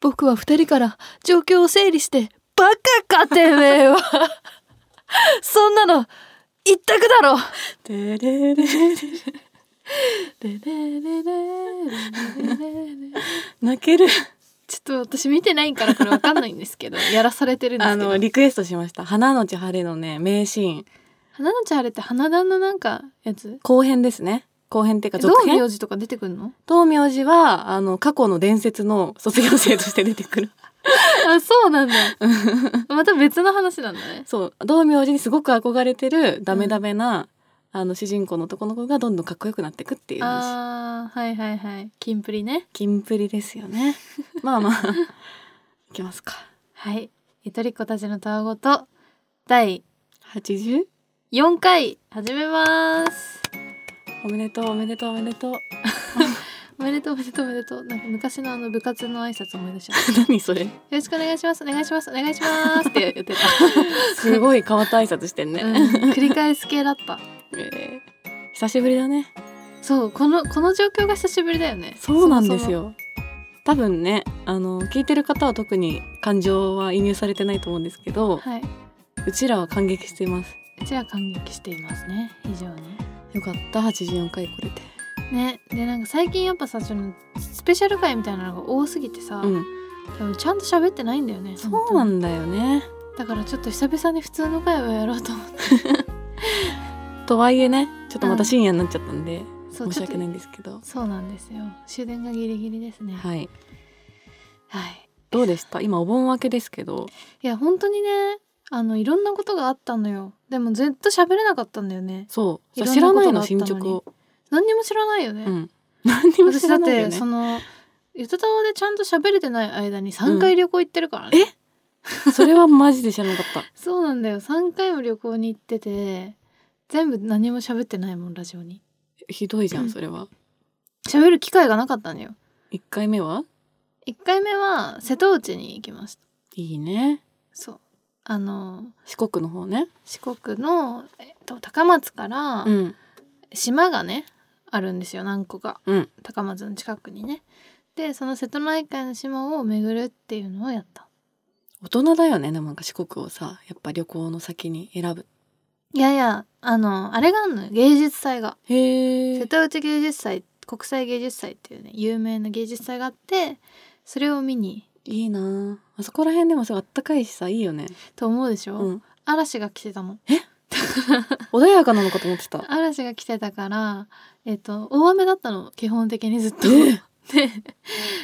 僕は二人から状況を整理して、バカかてめえは。そんなの、一択だろ。でれれれ泣 けるちょっと私見てないからこれわかんないんですけど、やらされてるんであすけどの。リクエストしました花のち晴れのね名シーン花のちゃんあれって花壇のなんかやつ後編ですね後編っていうかえ続どう編名字とか出てくるの東明寺はあの過去の伝説の卒業生として出てく るあ、そうなんだ。また別の話なんだね。そう道明寺にすごく憧れてるダメダメな、あの主人公の男の子がどんどんかっこよくなっていくっていう話あー、はいはいはい。キンプリね。キンプリです よねまあまあいきますかはい。ゆとりっ子たちのたわごと、第 80? 4回始めます。おめでとうおめでとうおめ でとうおめでとうおめでとうおめでとう。なんか昔のあの部活の挨拶思い出しちゃった。よ何それろしくお願いします。お願いします。お願いします。って言ってた。すごい変わった挨拶してんね、うん、繰り返す系だった。えー久しぶりだねそう、この、この状況が久しぶりだよね。そうなんですよ。よ多分ねあの聞いてる方は特に感情は移入されてないと思うんですけど、はいうちらは感激していますじゃあ感激していますね非常によかった84回これでねでなんか最近やっぱさそのスペシャル回みたいなのが多すぎてさ、うん多分ちゃんと喋ってないんだよねそうな本んだよね当にだからちょっと久々に普通の回をやろうと思ってとはいえねちょっとまうたん深夜になっちゃったんで、そう申し訳なちょいっんですけどとそうなんですよ終電がギリギリですねはい、はいどうでした今お盆明けですけどいや本当にねあのいろんなことがあったのよでもずっと喋れなかったんだよねそういろんな知らないのこと進があった捗のにを何にも知らないよね、うん何にも知私だらっないよて、ねそのゆとたわでちゃんと喋れてない間に3回旅行行ってるからね、それはマジで知らなかったそうなんだよ3回も旅行に行ってて全部何も喋ってないもんラジオにひどいじゃうんんそれは喋る機会がなかったんだよ1回目は1回目は瀬戸内に行きましたいいねそうあの四国の方ね四国の、えっと、高松からうん島がね、あるんですよ何個かうん高松の近くにねでその瀬戸内海の島を巡るっていうのをやった大人だよねでもなんか四国をさやっぱ旅行の先に選ぶいやいやあのあれがあんのよ芸術祭がへ瀬戸内芸術祭国際芸術祭っていうね有名な芸術祭があってそれを見にいいなああそこら辺でもすごいあったかいしさいいよねと思うでしょ、うん嵐が来てたもん穏やかなのかと思ってた嵐が来てたからえっ、と大雨だったの基本的にずっと、えで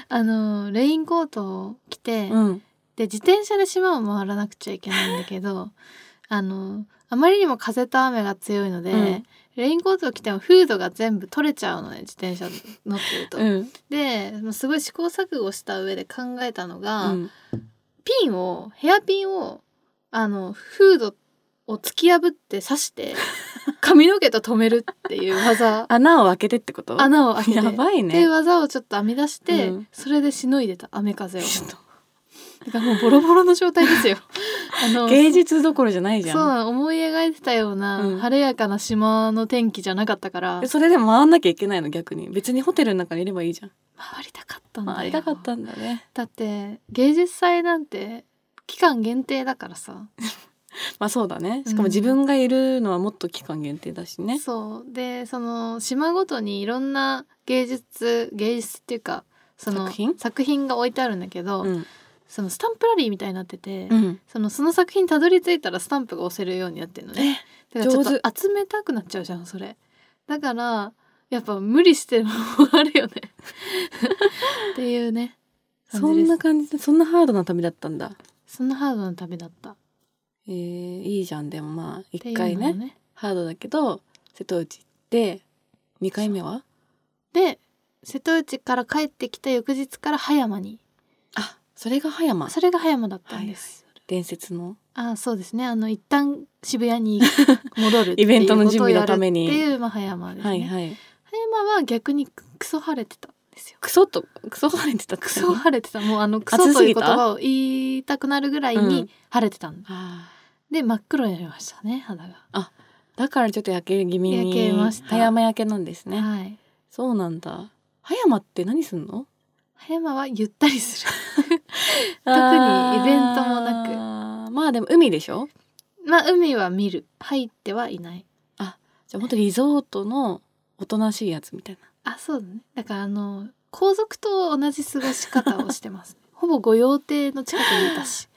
あのレインコートを着て、うんで自転車で島を回らなくちゃいけないんだけど あのあまりにも風と雨が強いので、うんレインコートを着てもフードが全部取れちゃうのね自転車乗ってると。うんでもうすごい試行錯誤した上で考えたのが、うんピンをヘアピンをあのフードを突き破って刺して 髪の毛と留めるっていう技穴を開けてってこ と穴を開けてやっばいていうね技をちょっと編み出して、うんそれでしのいでた雨風 を ちょっだからもうボロボロの状態 ですよあのと芸術どころじゃないじそうゃんなの思い描いてたような、うん晴れやかな島の天気じゃなかったからえそれでも回んなきゃいけないの逆に別にホテルの中にいればいいじゃん回りたかったんだよ回りたかったんだねだって芸術祭なんて期間限定だからさまあそうだねうんしかも自分がいるのはもっと期間限定だしねそうでその島ごとにいろんな芸術芸術っていうかその作品が置いてあるんだけど、うんそのスタンプラリーみたいになってて、うんそのその作品にたどり着いたらスタンプが押せるようになってるのねだからちょっ上と集めたくなっちゃうじゃんそれだからやっぱ無理してもあるよ ねっていうねそ感じでんすな感じでそんなハードな旅だったんだそんなハードな旅だったっえー、いいじゃんでもまてあ一いう回のをねハードだけど瀬戸内行って二回目はで瀬戸内から帰ってきた翌日から葉山にあそれが葉山それが葉山だったんです、伝説のあそうですねあの一旦渋谷に戻るっていうイベントの準備のためにことをやるっていう、まあ、葉山ですね、はいはい葉山は逆にクソ晴れてたんですよクソとクソ晴れてたクソ晴れてたもうあのクソ暑といすうぎた言葉を言いたくなるぐらいうにん晴れてたんだ、あで真っ黒になりましたね肌が、ーだからちょっと焼け気味に焼けました葉山焼けなんですねはいそうなんだ葉山って何すんの葉葉山はゆったりする 特にイベントもなくまあでも海でしょまあ海は見る入ってはいないじゃあ本当リゾートのおとなしいやつみたいなあそうだねだからあの皇族と同じ過ごし方をして ますほぼ御用邸の近くにいたし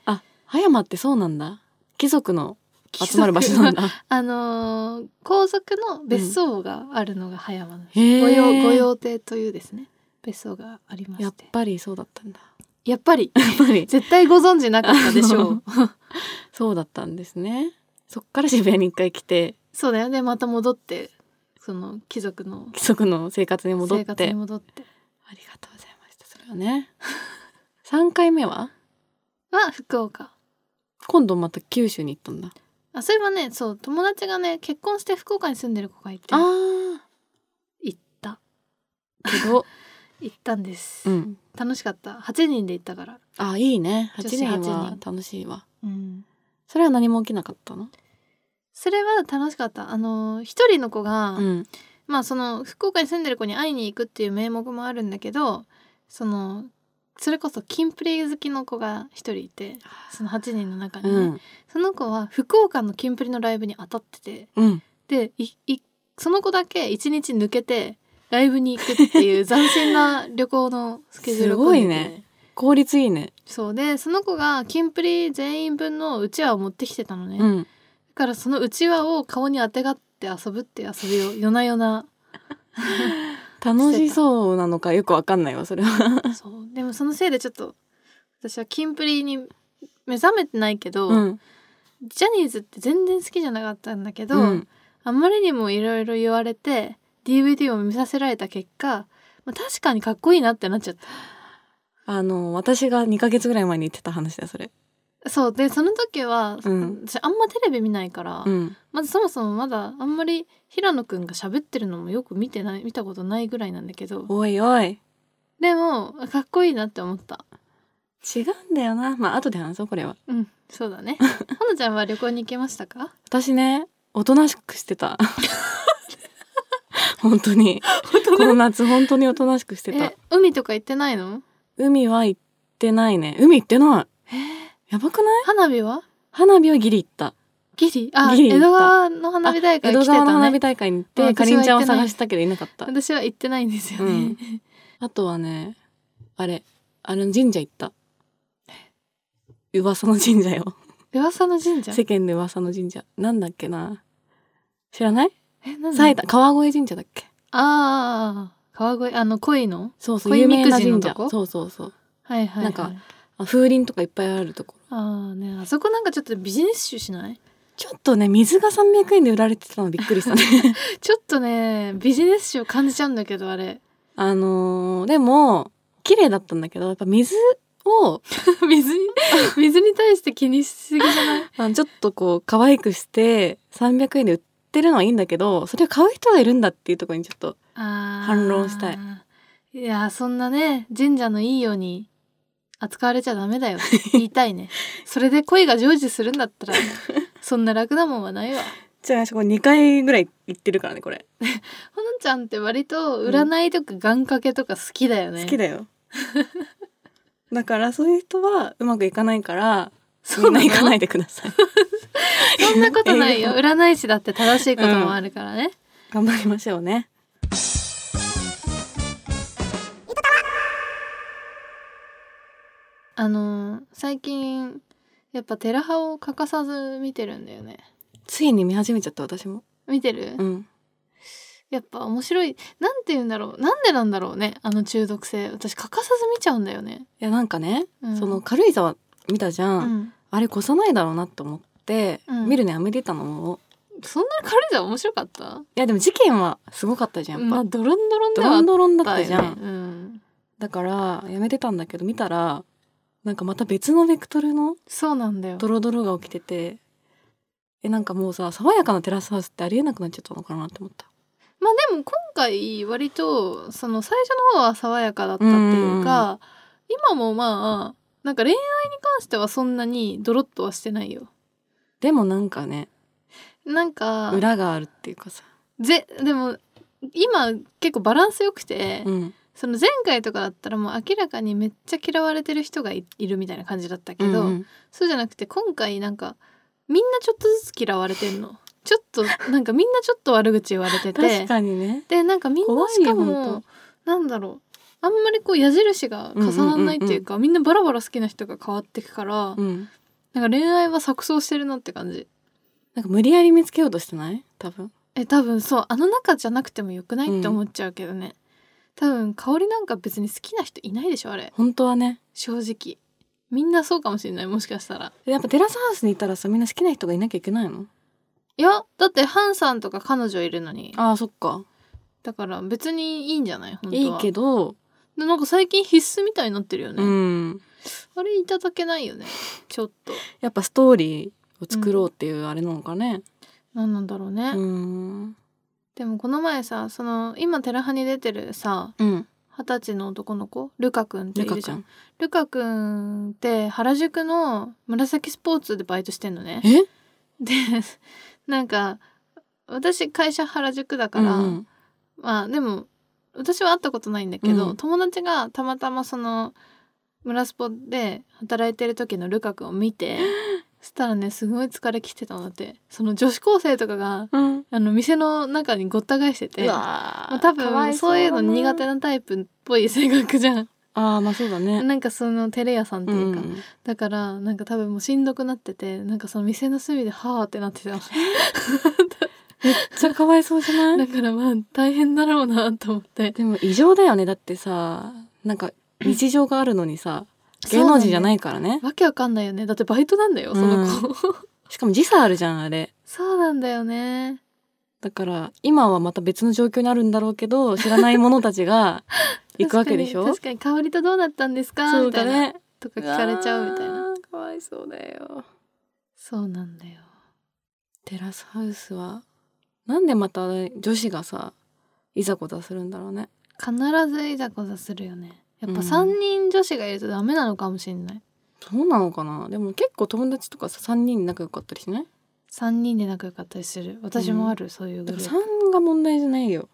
葉山ってそうなんだ貴族の 集まる場所なんだ あのー皇族の別荘があるのが葉山の、へ御用ー御用邸というですね別荘がありまやしってぱりそうだったんだやっぱりやっぱり絶対ご存知なかったで しょうそうだったんですねそっから渋谷に一回来てそうだよねまた戻ってその貴族の貴族の生活に戻っ生活てに戻ってありがとうございましたそれはね 三回目はは福岡今度また九州に行ったんだあそういえばねそう友達がね結婚して福岡に住んでる子がいてあ行ったあけど行ったんです、うん楽しかった8人で行ったからあーいいね8人女子は八楽しいわうんそれは何も起きなかったのそれは楽しかったあの一人の子が、うんまあその福岡に住んでる子に会いに行くっていう名目もあるんだけどそのそれこそキンプリ好きの子が一人いてその8人の中にね、うんその子は福岡のキンプリのライブに当たっててうんでいいその子だけ1日抜けてライブに行くっていう 斬新な旅行のスケジュールを組んでてすごいね効率いいねそうでその子がキンプリ全員分のうちわを持ってきてたのね、うだんからそのうちわを顔にあてがって遊ぶっていう遊びを夜な夜 な楽しそうなのかよくわかんないわそれはそうでもそのせいでちょっと私はキンプリに目覚めてないけど、うんジャニーズって全然好きじゃなかったんだけど、うんあまりにもいろいろ言われて DVD を見させられた結果、まあ、確かにかっこいいなってなっちゃったあの私が2ヶ月ぐらい前に言ってた話だよそれそうでその時は、うん私あんまテレビ見ないから、うんまずそもそもまだあんまり平野くんが喋ってるのもよく見てない見たことないぐらいなんだけどおいおいでもかっこいいなって思った違うんだよなまあ後で話そうこれはうんそうだ ねほのちゃんは旅行に行けましたか私ねおとなしくしてた 本当にこの夏本当におとなしくしてたえ海とか行ってないの海は行ってないね海行ってないやばくない花火は花火はギリ行ったギリあギリ行江った戸川の花火大会来江て戸川のた花火ね大会に行っあてか私りは行ってないんちゃんを探したけどいなかった私は行ってないんですよね、うんあとはねあれあの神社行った噂の神社よ噂の神社世間で噂の神社なんだっけな知らないえなんだ埼玉川越神社だっけああ川越あの恋のそうそう恋有名なみくじの神と社こそうそうそうはいはい、はい、なんかあ風鈴とかいっぱいあるところああねあそこなんかちょっとビジネス種しないちょっとね水が300円で売られてたのびっくりした ねちょっとねビジネス種を感じちゃうんだけどあれ あのーでも綺麗だったんだけどやっぱ水を 水に水に対して気にしすぎじゃないあのちょっとこう可愛くして300円で売ってるのはいいんだけどそれを買う人がいるんだっていうところにちょっとあー反論したいいやそんなね神社のいいように扱われちゃダメだよって言いたい ねそれで恋が成就するんだったらそんな楽なもんはないわじゃあこれ2回ぐらい行ってるからねこれ、ほのちゃんって割と占いとか願掛けとか好きだよね、好きだ よだからそういう人はうまくいかないからそみうんななの行かないでくださいそんなことない よ。えー占い師だって正しいこともあるからね。頑張りましょうねあのー最近やっぱテラハを欠かさず見てるんだよね。ついに見始めちゃった私も見てる、うんやっぱ面白い。なんて言うんだろう。なんでなんだろうね。あの中毒性。私欠かさず見ちゃうんだよね。いやなんかね、うんその軽井沢見たじゃ、うんん。あれ越さないだろうなって思って、うん見るねアメリカのものをそんな彼じゃ面白かったいやでも事件はすごかったじゃんやっぱ、まあドロンドロンでドはロあンドロンだっったたよじねゃんうん。だからやめてたんだけど見たらなんかまた別のベクトルのそうなんだよ。ドロドロが起きててえなんかもうさ爽やかなテラスハウスってありえなくなっちゃったのかなって思ったまあでも今回割とその最初の方は爽やかだったっていうか、今もまあなんか恋愛に関してはそんなにドロッとはしてないよ。でもなんかねなんか裏があるっていうかさ、ぜでも今結構バランス良くて、うん、その前回とかだったらもう明らかにめっちゃ嫌われてる人がいいるみたいな感じだったけど、うんうんそうじゃなくて今回なんかみんなちょっとずつ嫌われてんの。ちょっとなんかみんなちょっと悪口言われてて確かにねでなんかみんな怖いしよかほんもとなんだろうあんまりこう矢印が重ならないっていうか、みんなバラバラ好きな人が変わってくから、うんなんか恋愛は錯綜してるなって感じなんか無理やり見つけようとしてない多分え多分そうあの中じゃなくてもよくないってうん思っちゃうけどね、多分香りなんか別に好きな人いないでしょあれ本当はね正直みんなそうかもしれないもしかしたらやっぱテラスハウスにいたらさみんな好きな人がいなきゃいけないのいやだってハンさんとか彼女いるのにああそっかだから別にいいんじゃない本当はいいけどでなんか最近必須みたいになってるよね、うんあれいただけないよねちょっとやっぱストーリーを作ろうっていうあれなのかね何なんだろうね、うんでもこの前さその今テラハに出てるさうん二十歳の男の子ルカ君ってルいカるじちゃゃんんルカくんって原宿の紫スポーツでバイトしてんのね。えでなんか私会社原宿だから、うんうんまあでも私は会ったことないんだけど、うん友達がたまたまその村スポで働いてる時のルカくんを見てそしたらねすごい疲れ切ってたのだってその女子高生とかがうんあの店の中にごった返してて。わまあ多分そういうの苦手ななタイプっぽい性格じゃん。ああまあそうだねなんかそのテレ屋さんっていうか、んだからなんか多分もうしんどくなっててなんかその店の隅ではーってなってた だめっちゃかわいそうじゃ ないからまあ大変だろうなと思ってでも異常だよねだってさなんか日常があるのにさ芸能人じゃないいからねわけわかんないよねだってバイトなんだよその子、 しかも時差あるじゃんあれそうなんだよねだから今はまた別の状況にあるんだろうけど 知らない者たちが行くわけでしょ確かに確かに香りとどうなったんですかそうみただいなねとか聞かれちゃうみたいななかわいそうだよそうなんだよテラスハウスはなんでまた女子がさいざこざするんだろうね必ずいざこざするよねやっうぱん3人女子がいるとダメなのかもしれないそうなのかなでも結構友達とかさ3人仲良かったりしない3人で仲良かったりする私もある、そういうグルだからープ3が問題じゃないよ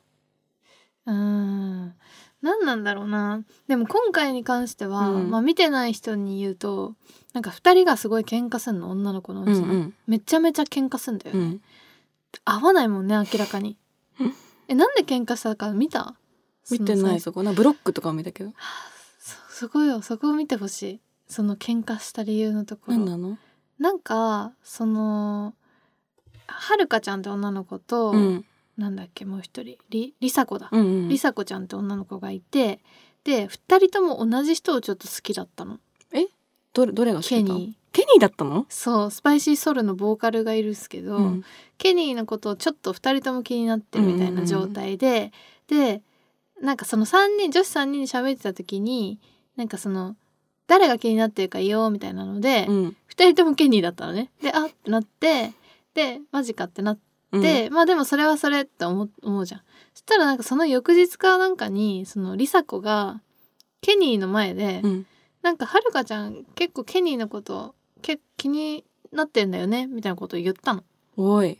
うーん何なんだろうなでも今回に関しては、うんまあ、見てない人に言うとなんか2人がすごい喧嘩すんの女の子のううちに、んうんめちゃめちゃ喧嘩すんだよ、うん合わないもんね明らかにうんえなんで喧嘩したか見た見てないそのそこなブロックとかは見たけどそそこよそこを見てほしいその喧嘩した理由のところ何なのなんかそのはるかちゃんって女の子と、うんなんだっけもう一人りりさこだ、うんうんりさこちゃんって女の子がいてで2人とも同じ人をちょっと好きだったのどれどれが好ケきだったのニーケニーだったのそうスパイシーソルのボーカルがいるんですけど、うんケニーのことをちょっと2人とも気になってるみたいな状態で、でなんかその3人女子3人で喋ってた時になんかその誰が気になってるか言おうみたいなので、う2ん人ともケニーだったのね。であってなってでマジかってなって。うんで、まあでもそれはそれって思思うじゃん。そしたらなんかその翌日かなんかにそのリサ子がケニーの前で、うんなんかはるかちゃん結構ケニーのことけ気になってんだよねみたいなことを言ったの。おい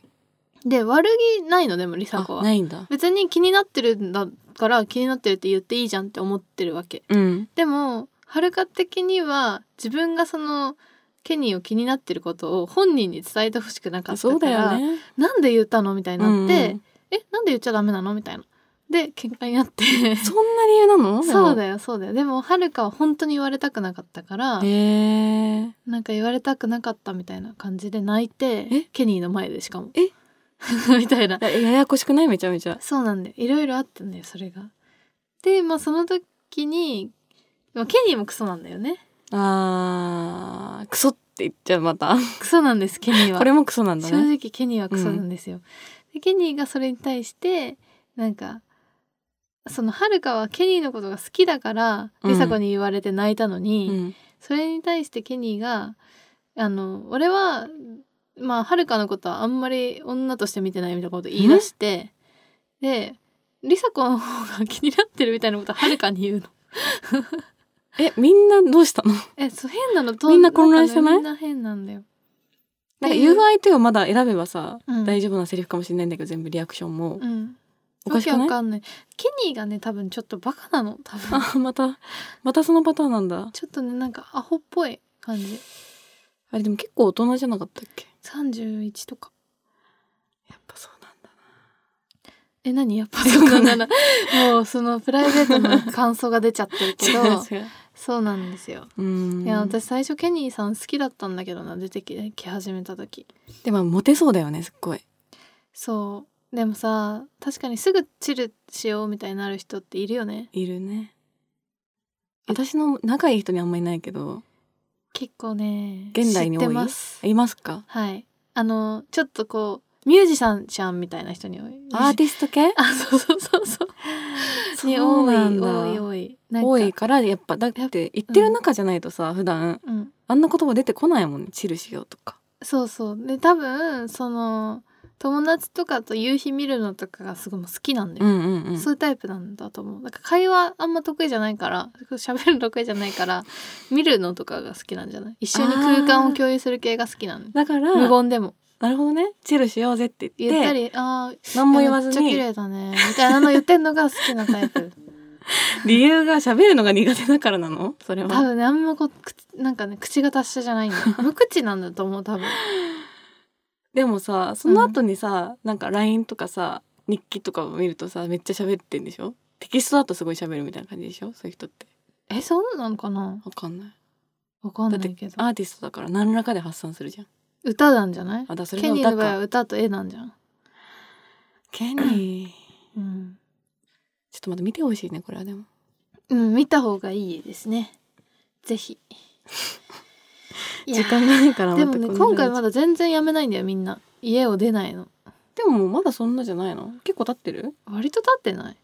で悪気ないのでもリサ子あは。ないんだ別に気になってるんだから気になってるって言っていいじゃんって思ってるわけ。うんでもはるか的には自分がそのケニーを気になってることを本人に伝えてほしくなかったからそうだよねなんで言ったのみたいになって、うんうんえなんで言っちゃダメなのみたいなで喧嘩になって そんな理由なのそうだよよそうだよでもはるかは本当に言われたくなかったからへえなんか言われたくなかったみたいな感じで泣いえてケニーの前でしかもえ みたいなやややこしくないめちゃめちゃそうなんでいろいろあったんだよそれがでまあその時にまあケニーもクソなんだよねあークソって言っちゃうまたクソなんですケニーはこれもクソなんだ正ね直ケニーはクソなんですよ。でケニーがそれに対してなんかそのはるかはケニーのことが好きだからうんりさ子に言われて泣いたのに、うんそれに対してケニーが「あの俺はまあはるかのことはあんまり女として見てない」みたいなことを言い出してでりさ子の方が気になってるみたいなことをはるかに言うの。えみんなどうしたのえそう変なのとみんな混乱してないんかねみんな変なんだよ。なんか言う相手をまだ選べばさ、うん大丈夫なセリフかもしれないんだけど全部リアクションも、うんおかしくわけわないかんないケニーがね多分ちょっとバカなの多 分あまたまたそのパターンなんだちょっとねなんかアホっぽい感じあれでも結構大人じゃなかったっけ31とかやっぱそうなんだえ何やっぱそうなんだなもうそのプライベートの感想が出ちゃってるけど 違う違うそうなんですようーいんや私最初ケニーさん好きだったんだけどな出てきき始めた時でもモテそうだよねすっごいそうでもさ確かにすぐチルしようみたいになる人っているよねいるね私の仲いい人にあんまいないけど結構ね現代に多い知ってますいますかはいあのちょっとこうミュージシャンちゃんみたいな人に多いアーティスト系 あそうそうそうそうにそう多いなんだ多い多いなんか多いからやっぱだって言ってる中じゃないとさ、普段うんあんな言葉出てこないもんねチルしようとかそうそうで多分その友達とかと夕日見るのとかがすごいもう好きなんだよう、んうんうんそういうタイプなんだと思う。なんか会話あんま得意じゃないから、 喋るの得意じゃないから、見るのとかが好きなんじゃない一緒に空間を共有する系が好きなの。だから無言でも。なるほどねチルしようぜって言言っったてり、ああ、何も言わずめっちゃ綺に麗だね。みたいなの言ってんのが好きなタイ プ。理由が喋るのが苦手だからなのそれ多は分ね、あんまこう、口なんかね、口が達者じゃないんだよ。無口なんだと思う、多分。でもさその後にさ、なんか LINE とかさ日記とかを見るとさめっちゃ喋ってんでしょテキストだとすごい喋るみたいな感じでしょそういう人ってえ、そうなのかなわかんないわかんだなっていけど。アーティストだから何らかで発散するじゃん歌なんじゃないあだそれケがニー歌の場合はか歌と絵なんじゃん。ケニーうん。ちょっとまた見てほしいねこれはでもうん、見た方がいいですね。ぜひ。いや時間がないからでもねまたこ今回んな感じまだ全然やめないんだよみんな家を出ないのでもまだそんなじゃないの結構経ってる割と経ってない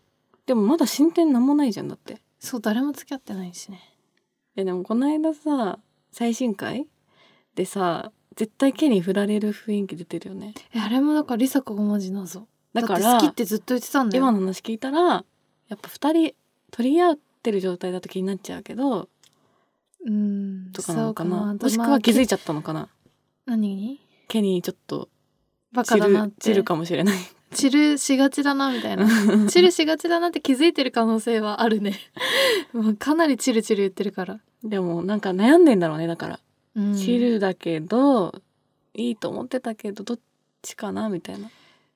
でもまだ進展なんもないじゃんだっていそう誰も付き合ってないしねやでもこの間さ最新回でさ絶対ケニー振られる雰囲気出てるよねえあれもだから梨紗子がマジ謎だからって好きってずっと言ってたんだよ今の話聞いたらやっぱ二人取り合ってる状態だと気になっちゃうけどうんとかなのかなそうもしくは気づいてちゃったのかな何にケニーちょっとバカ散だなっるて散るかもしれない散るしがちだなみたい な散るしがちだなって気づいてる可能性はあるね もうかなりチルチル言ってるから、でもなんか悩んでんだろうねだからうん、チルだけど、いいと思ってたけどどっちかなみたいな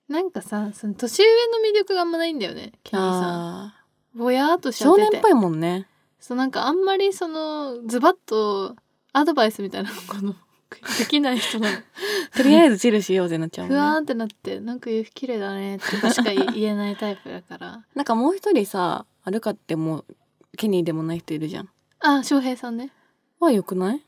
なんかさその年上の魅力があんまないんだよねケニーさんあぼやーっとーしちゃっ少てて年っぽいもんねそうなんかあんまりそのズバッとアドバイスみたいなこの できない 人なの とりあえずチルしようぜなっちゃう ふもんわねーんってなってなんか夕日綺麗だねとかしか言えないタイプだからなんかもう一人さアルカってもうケニーでもない人いるじゃんあ翔平さんねはよくない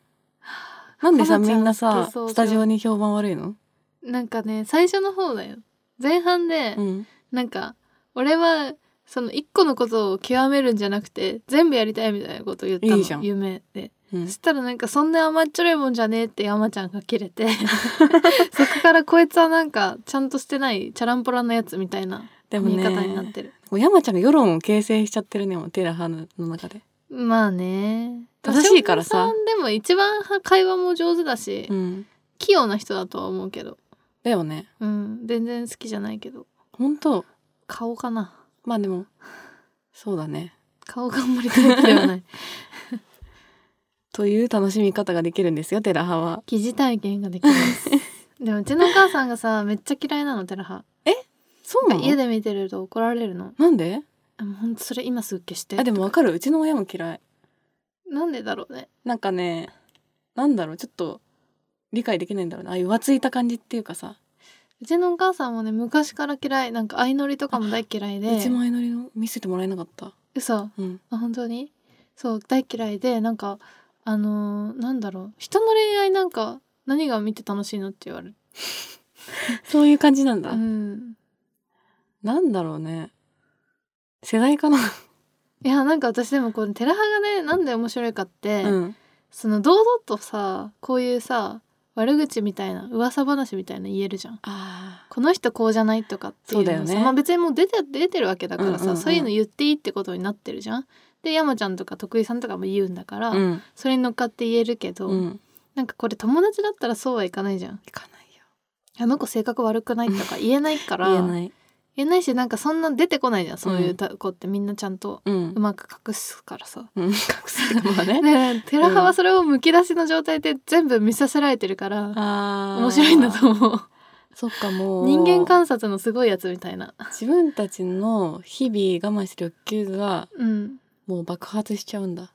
なんでさかなちみゃんんな好さきそうスタジオに評判悪いのなんかね最初の方だよ前半で、うんなんか俺はその一個のことを極めるんじゃなくて全部やりたいみたいなことを言ったのいいじゃん夢でうんそしたらなんかそんな甘っちょろいもんじゃねえって山ちゃんが切れて そこからこいつはなんかちゃんとしてないチャランポランなやつみたいなでも見えね方になってる。もう山ちゃんが世論を形成しちゃってるねもうテラハの中でまあね。正しいからさ橋本んでも一番会話も上手だし、うん器用な人だとは思うけど。だよねうん。全然好きじゃないけど。本当顔かな。まあでもそうだね顔があんまりタイプではない。という楽しみ方ができるんですよテラハは疑似体験ができ ます。でもうちのお母さんがさ、めっちゃ嫌いなの、テラハ。そうなの家で見てると怒られるの。なんであもうほんとそれ今すぐ消して。あでもわかるうちの親も嫌いなんでだろうね。なんかねなんだろうちょっと理解できないんだろうなああいう浮ついた感じっていうかさ、うちのお母さんもね、昔から嫌い。なんか相乗りとかも大嫌いで。うちも相乗りの見せてもらえなかった嘘。うんあ本当にそう大嫌いでなんかあのーなんだろう人の恋愛なんか何が見て楽しいのって言われる、そういう感じなんだ、うん、なんだろうね世代かな、いやなんか私でもこの寺派がねなんで面白いかって、うん、その堂々とさこういうさ悪口みたいな噂話みたいな言えるじゃんあこの人こうじゃないとかっていうのそうもださよねまあ、別にもう出て出てるわけだからさ、うんうんうんそういうの言っていいってことになってるじゃんで山ちゃんとか徳井さんとかも言うんだから、あうんそれに乗っかって言えるけど、うんなんかこれ友達だったらそうはいかないじゃん行かないよあの子性格悪くないとか言えないから言えない言えないしなんかそんな出てこないじゃんそういう子ってみんなちゃんとうんうまく隠すからさ。うん隠すかも ねねえ寺派はそれをむき出しの状態で全部見させられてるからあー面白いんだと思う。そっかもう人間観察のすごいやつみたいな。自分たちの日々我慢してる欲求がうん。もう爆発しちゃうんだ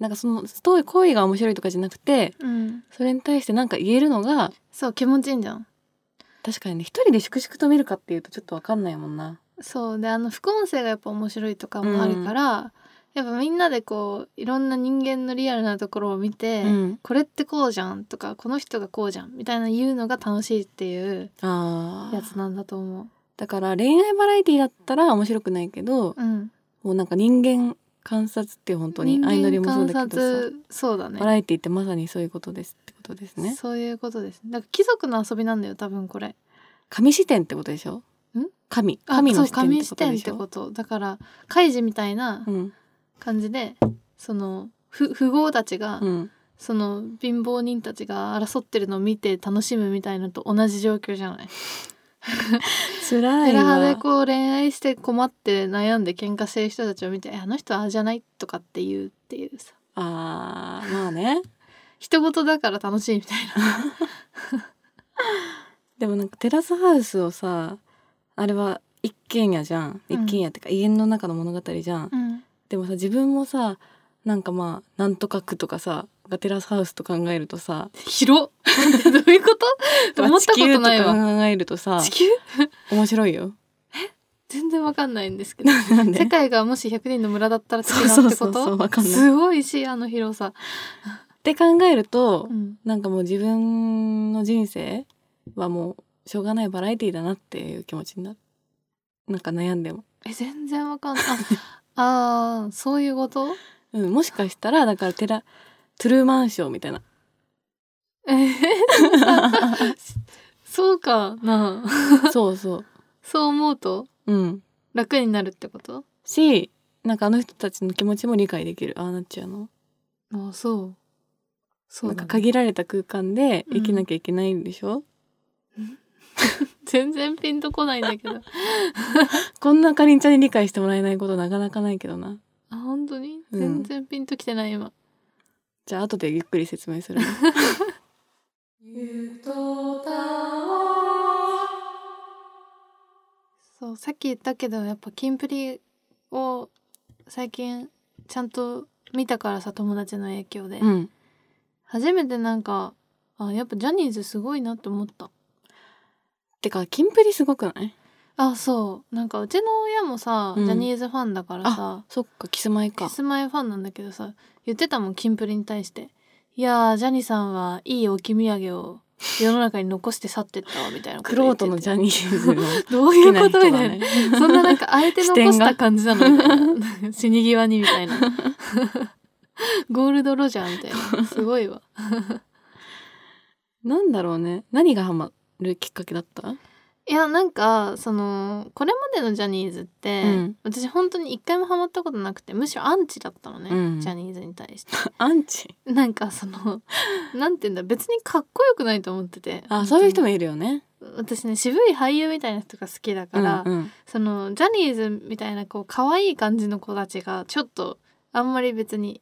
なんかそのストーリー行為が面白いとかじゃなくてうん。それに対してなんか言えるのがそう気持ちいいんじゃん。確かにね一人で粛々と見るかっていうとちょっとわかんないもんなそうであの副音声がやっぱ面白いとかもあるから、やっぱみんなでこういろんな人間のリアルなところを見て、うんこれってこうじゃんとかこの人がこうじゃんみたいな言うのが楽しいっていうあーやつなんだと思だから恋愛バラエティだったら面白くないけど、う。うん。もうなんか人間観察って本当に人相乗り間もそう観だけどさ察そうだねバラエティってまさにそういうことですってことですねそういうことです。だから貴族の遊びなんだよ多分これ。神視点ってことでしょん神あ神のそう視点って神こ視と点でっしてょことだからカイジみたいなうん感じで、そのふ富豪たちが、うんその貧乏人たちが争ってるのを見て楽しむみたいのと同じ状況じゃない。辛寺い派でわこう恋愛して困って悩んで喧嘩してる人たちを見て「えあの人はああじゃない?」とかって言うっていうさあーまあね人事だから楽しいみたいな。でもなんかテラスハウスをさあれは一軒家じゃんうん一軒家ってか家の中の物語じゃん、うんでもさ自分もさなんかまあなんとか区とかさがテラスハウスと考えるとさ 広っ どういうこと 思ったことない地球とわ。か考えるとさ地球面白 いよ全然わかんないんですけどなんで世界がもし100人の村だったら違そううそうってそこうそうとわかんないすごいしあの広さ。って考えると、うんなんかもう自分の人生はもうしょうがないバラエティだなっていう気持ちになるなんか悩んでも、え全然わかんない。ああーそういうことうん、もしかしたらだからテラトゥルーマンショーみた いなえ ーそうかなそうそそう思うとううん楽になるってことしなんかあの人たちの気持ちも理解できるああなっちゃうのあそうそなうんだかね限られた空間でうん生きなきゃいけないんでしょ、全然ピンとこないんだけど こんなかりんちゃんに理解してもらえないことなかなかないけどなあ本当にうん全然ピンときてない今、じゃあ後でゆっくり説明す るねそうさっき言ったけどやっぱキンプリを最近ちゃんと見たからさ友達の影響で、うん初めてなんかあやっぱジャニーズすごいなって思ったてかキンプリすごくないあそうなんかうちの親もさ、うんジャニーズファンだからさそっかキスマイかキスマイファンなんだけどさ言ってたもんキンプリに対して「いやージャニーさんはいい置き土産を世の中に残して去ってったわ」みたいなクロートのジャニニーズのーどう好いきうなこ人とみだたいな、ね。そんななんかあえて残した感じなのみたいな死に際にみたいな ゴールドロジャーみたいなすごいわなんだろうね。何がハマるきっかけだった？いやなんかそのこれまでのジャニーズって、うん私本当に一回もハマったことなくてむしろアンチだったのね、うんジャニーズに対して アンチ。なんかそのなんて言うんだ別にかっこよくないと思っててあ、そういう人ももいるよね。私ね渋い俳優みたいな人が好きだから、うんうんそのジャニーズみたいなこう可愛い感じの子たちがちょっとあんまり別に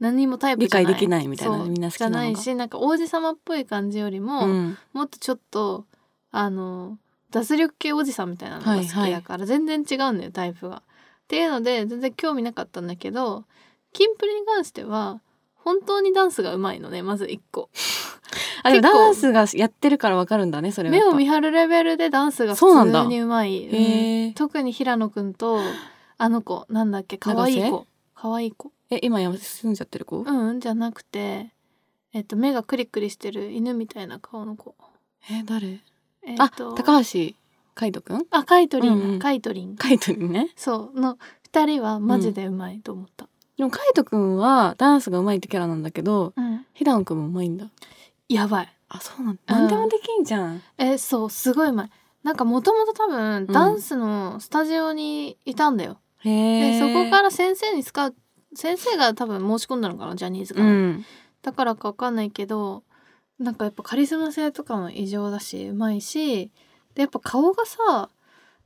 何もタイプ理じゃない解できないみたいなそうみんな好きじゃなのがないしなんか王子様っぽい感じよりも、うんもっとちょっとあの脱力系おじさんみたいなのが好きだから、はいは全然違うんだよタイプが。っていうので全然興味なかったんだけどキンプリに関しては本当にダンスがうまいのねまず1個あ、でも結構ダンスがやってるからわかるんだね。それは目やっぱ。を見張るレベルでダンスがそうなん普だ通にうまい、うんへえ。特に平野くんとあの子なんだっけ可愛い永子可愛い子え、今休んじゃってる子？うんうんじゃなくてえっと目がクリクリしてる犬みたいな顔の子え、誰？えっあ、と高橋海人くん？あカイトリンだ、うんうんカイトリン海人にね。そうの2人はマジでうまいと思った、でも海人くんはダンスが上手いってキャラなんだけど、うん平野くんも上手いんだ。やばいあ、そうなんだ。なんでもできんじゃん。えそうすごいうまいなんかもともと多分ダンスのスタジオにいたんだよ、へえ。でそこから先生に使う先生が多分申し込んだのかなジャニーズから、うん。だからかわかんないけどなんかやっぱカリスマ性とかも異常だしうまいしでやっぱ顔がさ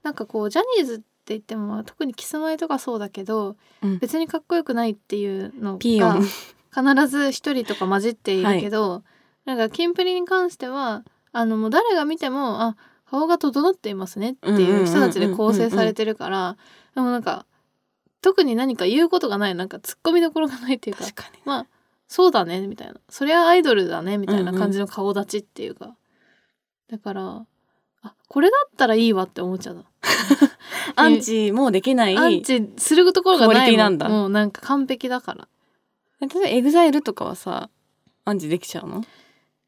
なんかこうジャニーズって言ってもまあ特にキスマイとかそうだけどうん別にかっこよくないっていうのピーヨがン必ず一人とか混じっているけど、なんかキンプリに関してはあのもう誰が見てもあ顔が整っていますねっていう人たちで構成されてるからでもなんか特に何か言うことがないなんか突っ込みどころがないっていうか確かにまあそうだねみたいなそりゃアイドルだねみたいな感じの顔立ちっていうか、だからあこれだったらいいわって思っち ゃうのアンチもできないアンチするところがクオなリテいィもなんんだもうなんか完璧だから例えばエグザイルとかはさアンチできちゃうの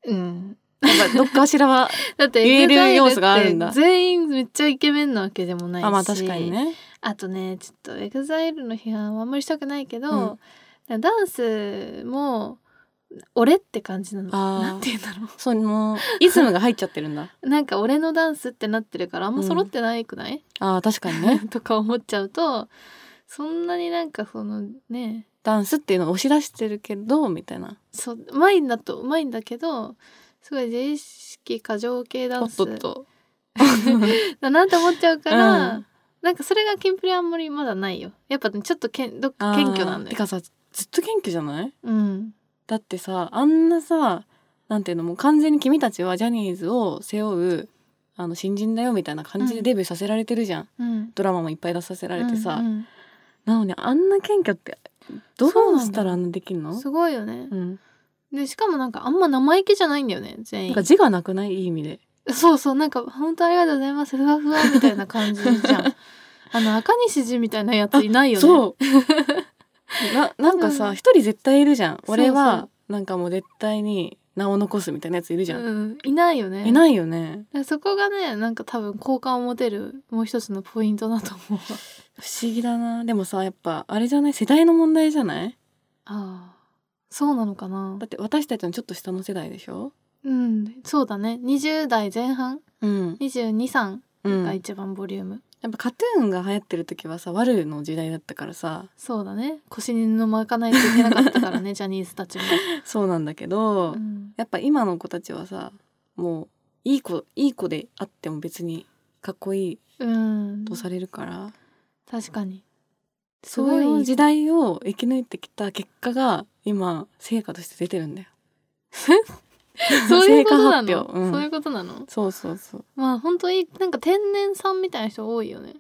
うんやっぱどっかしらはだって言える EXILE 要素があるんっだて全員めっちゃイケメンなわけでもないし あまあ確かにねあとねちょっと EXILE の批判はあんまりしたくないけど、うんなんかダンスも俺って感じなのあーなんて言うんだろそのイズムが入っちゃってるんだうなんか俺のダンスってなってるからあんま揃ってないく ない、 あー確かにねとか思っちゃうとそんなになんかそのねダンスっていうのを押し出してるけどみたいなそううまいんだとうまいんだけどすごい自意識過剰系ダおンっスとっとだなって思っちゃうから、うんなんかそれがキンプリあんまりまだないよやっぱねちょっとけんどっか謙虚なんあだーてよ、かさずっと謙虚じゃないうん、だってさあんなさなんていうのもう完全に君たちはジャニーズを背負うあの新人だよみたいな感じうでんデビューさせられてるじゃん、うん、ドラマもいっぱい出させられてさ、うんなのにあんな謙虚ってどうそうなんだしたらあんなできるうのんすごいよねう、ん、でしかもなんかあんま生意気じゃないんだよねな全ん員か字がなくないいい意味でそうそうなんか本当ありがとうございますふわふわみたいな感じじゃ んあの赤西仁みたいなやついないよね そうななんかうさん一、人絶対いるじゃんそう俺はなんかもう絶対に名を残すみたいなやついるじゃん、うん、いないよねいないよねだからそこがねなんか多分好感を持てるもう一つのポイントだと 思うわ不思議だなでもさやっぱあれじゃない世代の問題じゃないああそうなのかなだって私たちのちょっと下の世代でしょうんそうだね20代前半うん、 223うん、がやっ一番ボリューム、ぱカトゥーンが流行ってる時はさワルの時代だったからさそうだね腰にの巻かないといけなかったから ねジャニーズたちも、そうなんだけど、うんやっぱ今の子たちはさもういい子いい子であっても別にかっこいいうんとされるから、確か にすそうごいいう時代を生き抜いてきた結果が今成果として出てるんだよ そういうことな成の、果発表うんそういうことなのそうそうそうまあ本当になんか天然さんみたいな人多いよね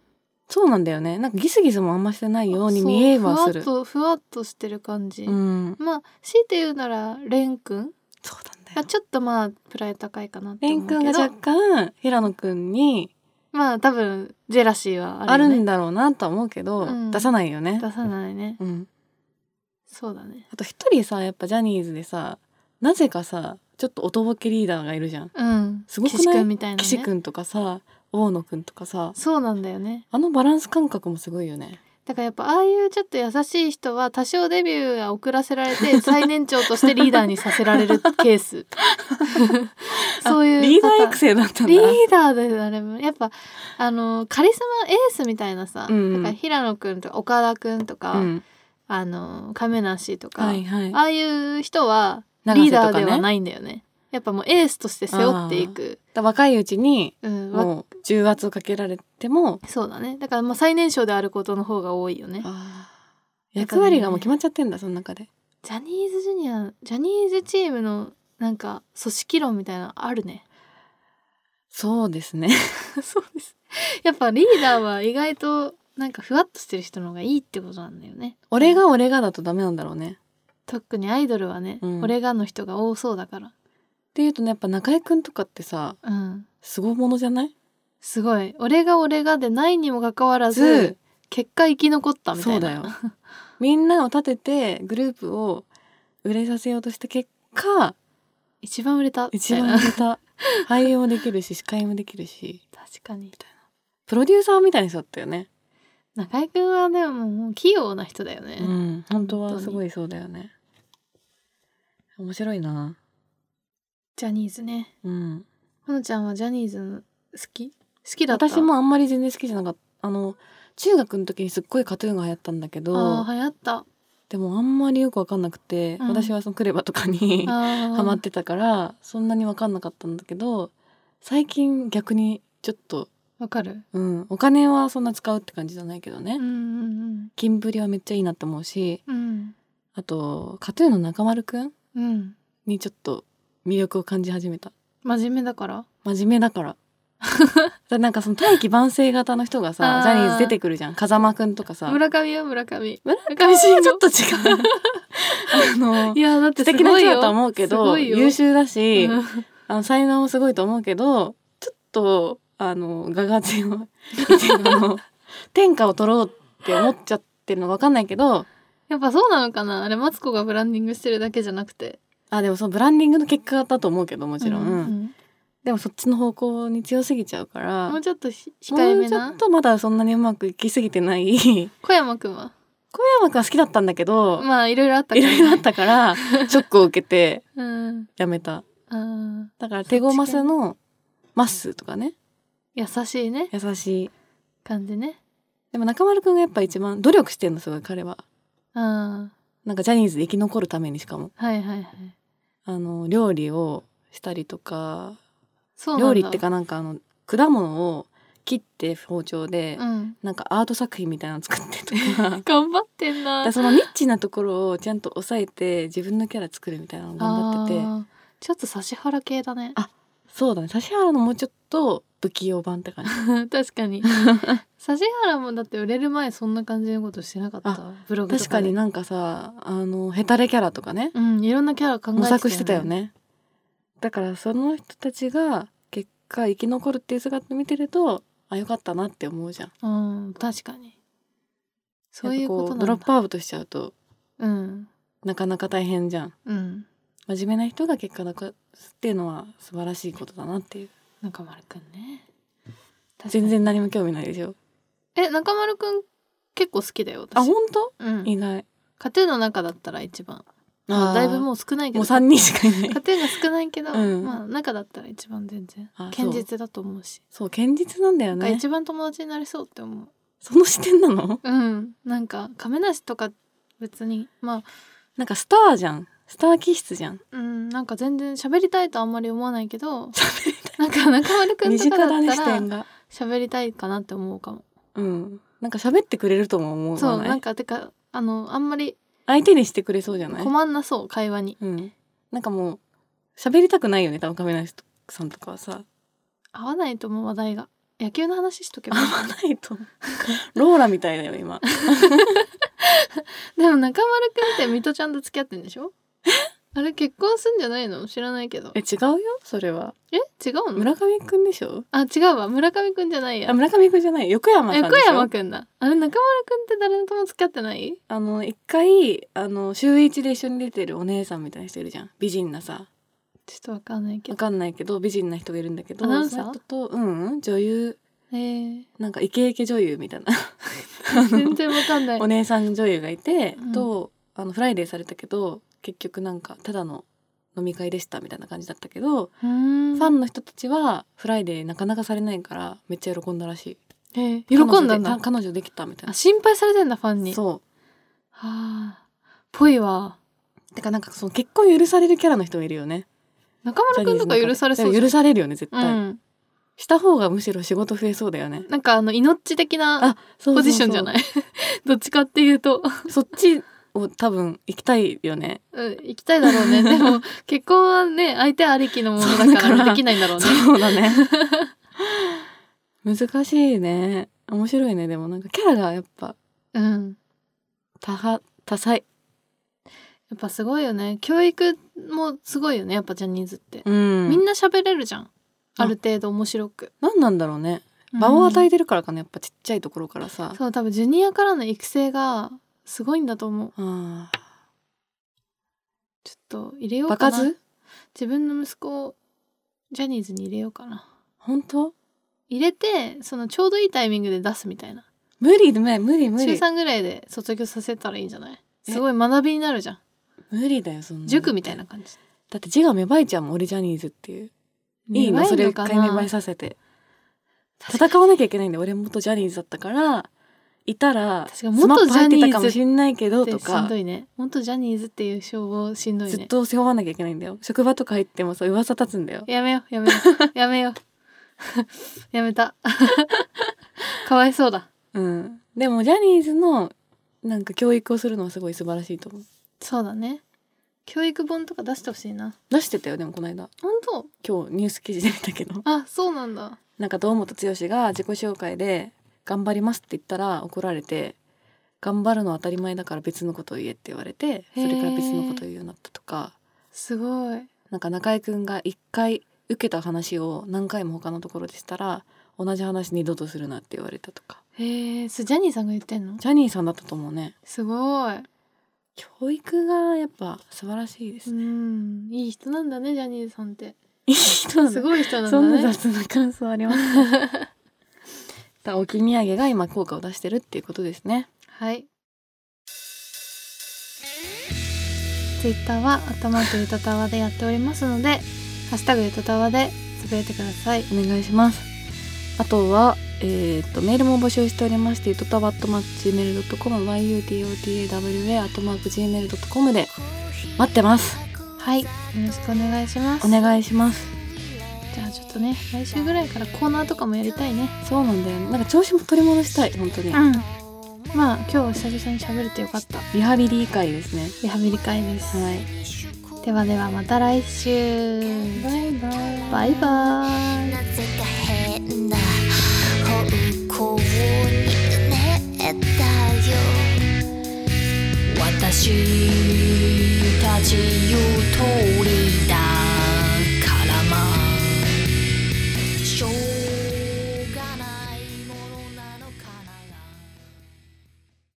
そうなんだよねなんかギスギスもあんましてないように見えはするそうふわっとふわっとしてる感じ、うんまあ強いて言うならレン君そうなんだがよちょっとまあプライド高いかなってレ思うンけど君が若干平野くんにまあ多分ジェラシーはああるるよねんだろうなとは思うけど、うん出さないよね出さないねうんそうだねあと一人さやっぱジャニーズでさなぜかさちょっとおとぼけリーダーがいるじゃんうんすごくない岸君みたいなね岸くんとかさ大野くんとかさそうなんだよねあのバランス感覚もすごいよねだからやっぱああいうちょっと優しい人は多少デビューが遅らせられ て最年長としてリーダーにさせられるケースそういうあリーダー育成成だったんだリーダーであれもやっぱあのカリスマエースみたいなさ、うんうんだから平野くんとか岡田くんとか、うん、あの亀梨とか、はいはいああいう人は永リー瀬とダかーでねはないんだよねやっぱもうエースとして背負っていく、だ若いうちにうん、わもう重圧をかけられてもそうだねだからまあ最年少であることの方が多いよねあー役割がもう決まっちゃってんだその中でジャニーズジュニアジャニーズチームのなんか組織論みたいなのある ねそうですね そうですやっぱリーダーは意外となんかふわっとしてる人の方がいいってことなんだよね俺が俺がだとダメなんだろうね特にアイドルはね、うん俺がの人が多そうだからっていうとねやっぱ中居くんとかってさうんすごいものじゃないすごい俺が俺がでないにもかかわらずず結果生き残ったみたそいうだなよ みんなを立ててグループを売れさせようとした結果一番売れたみ一たいな番ネ タ俳優もできるし司会もできるし 確かにプロデューサーみたいな人だったよね中居君はでももう器用な人だよね、うん本当本当はにすごいそうだよね面白いなジャニーズねうんほのちゃんはジャニーズの好き好きだった私もあんまり全然好きじゃなかったあの中学の時にすっごいカトゥーンが流行ったんだけあどー流行ったでもあんまりよくわかんなくて、うん私はそのクレバとかにハハマってたからそんなにわかんなかったんだけど最近逆にちょっとわかるうん、お金はそんな使うって感じじゃないけどね、うんうん金プリはめっちゃいいなって思うしうんあとカトゥーンの中丸くんうんにちょっと魅力を感じ始めた真面目だから真面目だから だなんかその大器晩成型の人があさージャニーズ出てくるじゃん風間くんとかさ村上は村上村村上信ちょ五っと違う あのいやだって素す敵ごない人よだと思うけすどごいよ優秀だし、うんあの才能もすごいと思うけどちょっとあの 我が強いあの天下を取ろうって思っちゃってるのか分かんないけどやっぱそうなのかなあれマツコがブランディングしてるだけじゃなくてあでもそのブランディングの結果だと思うけどもちろん、ううんでもそっちの方向に強すぎちゃうからもうちょっとひ控えめもうなちょっとまだそんなにうまくいきすぎてない 小小山くんは山くんは好きだったんだけど、まあいろいろあったいからろいろあったからショックを受けてうんやめたあだから手ごますのまっすーとかねー優しいね優しい感じねでも中丸くんがやっぱ一番努力してんのすごい彼はあなんかジャニーズで生き残るためにしかもあはいはいはいあの料理をしたりとかそうなんだ料理ってかなんかあの果物を切って包丁で、うんなんかアート作品みたいなの作ってと かだか頑張ってんならそのニッチなところをちゃんと抑えて自分のキャラ作るみたいなのを頑張っててあーちょっと指原系だねあそうだね指原のもうちょっと不器用版って感じ 確 かに指原もだって売れる前そんな感じのことしてなかったブログと確かかでになんかさあのヘタレキャラとかねうんいろんなキャラ考えて模索してたよねだからその人たちが結果生き残るっていう姿見てるとあよかったなって思うじゃんうん確かにそういうことやっぱなんドだロップアウトしちゃうとうんなかなか大変じゃんうん真面目な人が結果残すっていうのは素晴らしいことだなっていう中丸くんね確かに全然何も興味ないでしょえ中丸くん結構好きだよ私あ本当うん意外家庭の中だったら一番あーだいぶもう少ないけもうど3人しかい ない家庭が少ないけど、うんまあ中だったら一番全然あそう堅実だと思うしそう堅実なんだよなんかね一番友達になりそうって思うその視点なのうんなんか亀梨とか別にまあなんかスターじゃんスター気質じゃんうんなんか全然喋りたいとあんまり思わないけどなんか中丸くん身と近かだだっねた視ら点が喋りたいかなって思うかもうんなんか喋ってくれるとも思わないそうなんかてかあのあんまり相手にしてくれそうじゃない、困んなそう会話にうん、なんかもう喋りたくないよね多分亀梨さんとかはさ合わないと思う話題が野球の話しとけば合わないと ローラみたいだよ今でも中丸くんって水戸ちゃんと付き合ってんで しょあれ結婚すんじゃないの知らないけどえ違うよそれはえ違うの村上くんでしょあ違うわ村上くんじゃないやあ村上くんじゃない横山えさんでしょ小山くんだあれ中丸くんって誰とも付き合ってないあの一回あの週一で一緒に出てるお姉さんみたいな人いるじゃん美人なさちょっとわかんないけわどかんないけど美人な人がいるんだけどアナウンサーその人とうんうん女優えー、なんかイケイケ女優みたいな 全然わかんないお姉さん女優がいて、うんとあのフライデーされたけど結局なんかただの飲み会でしたみたいな感じだったけど、ファファンの人たちはフライデーなかなかされないからめっちゃ喜んだらしいえー喜んだん彼女だで彼女できたみたいあな心配されてんだファンにはそあぽいわうてかなんかその結婚許されるキャラの人がいるよね中丸くんとか許されそうジャニーズじゃんの中で許されるよね絶対、うんした方がむしろ仕事増えそうだよねなんかあの命的なあそうそうそうポジションじゃない どっちかっていうとそっちを多分行きたいよねうん、行きたいだろうね。 でも、結婚はね、相手ありきのものそうだだかかららできないんだろうね。そうだね 難しいね面白いねでもなんかキャラがやっぱうん。多派多彩やっぱすごいよね。教育もすごいよね、やっぱジャニーズって。うんみみんんなな喋れるじゃん。ある程度面白く。何なんだろうね場を与ええてるからかなやっぱちっちゃいところからさそう、多分ジュニアからの育成がすごいんだと思う。あちょっと入れよーう場かな。数自分の息子をジャニーズに入れようかな。本当入れて、そのちょうどいいタイミングで出すみたいな。無理無理無理無中理3ぐらいで卒業させたらいいんじゃないすごい学びになるじゃん。無理だよそんな塾みたいな感じ。だって字が芽生えちゃうもん俺ジャニーズっていういいの願それを一かな回芽生えさせて戦わなきゃいけないんで俺元ジャニーズだったからいたら確かに元ジャニーズスマップ入ってたかもしんないけどとしんかどいね元ジャニーズっていう称号しんどいずっねと背負わなきゃいけないんだよ職場とか入ってもさ噂立つんだよやめようやめよう やめようやめた かわいそうだうん、でもジャニーズのなんか教育をするのはすごい素晴らしいと思うそうだね教育本とか出してほしいな出してたよでもこの間本当今日ニュース記事で見たけど あそうなんだなんか堂本剛が自己紹介で「頑張ります」って言ったら怒られて「頑張るのは当たり前だから別のことを言え」って言われてそれから別のことを言うようになったとかすごいなんか中居君が一回受けた話を何回も他のところでしたら同じ話二度とするなって言われたとかへえそれジャニーさんが言ってんのジャニーさんだったと思うねすごい教育がやっぱ素晴らしいでうすね、んいい人なんだねジャニーさんってい い人なんだすごい人なんそだんなね雑な感想あ りますかだ置き土産が今効果を出してるっていうことですねはい。ツイッターは頭とゆたたわでやっておりますので、ハッシュタグゆたたわでつぶやいてください。お願いしますあとはえー、とメールも募集しておりましてゆとたわっとマッチメールドットコム yutotawa アットマーク gmail.com で待ってますはい、よろしくお願いします。お願いしますじゃあちょっとね、来週ぐらいからコーナーとかもやりたいね。そうなんだよねなんか調子も取り戻したい本当にん。まあ今日は久々に喋れてよかった。リハビリ会ですねリハビリ会です。はいではではまた来週。バイバイバイバーイ。なぜか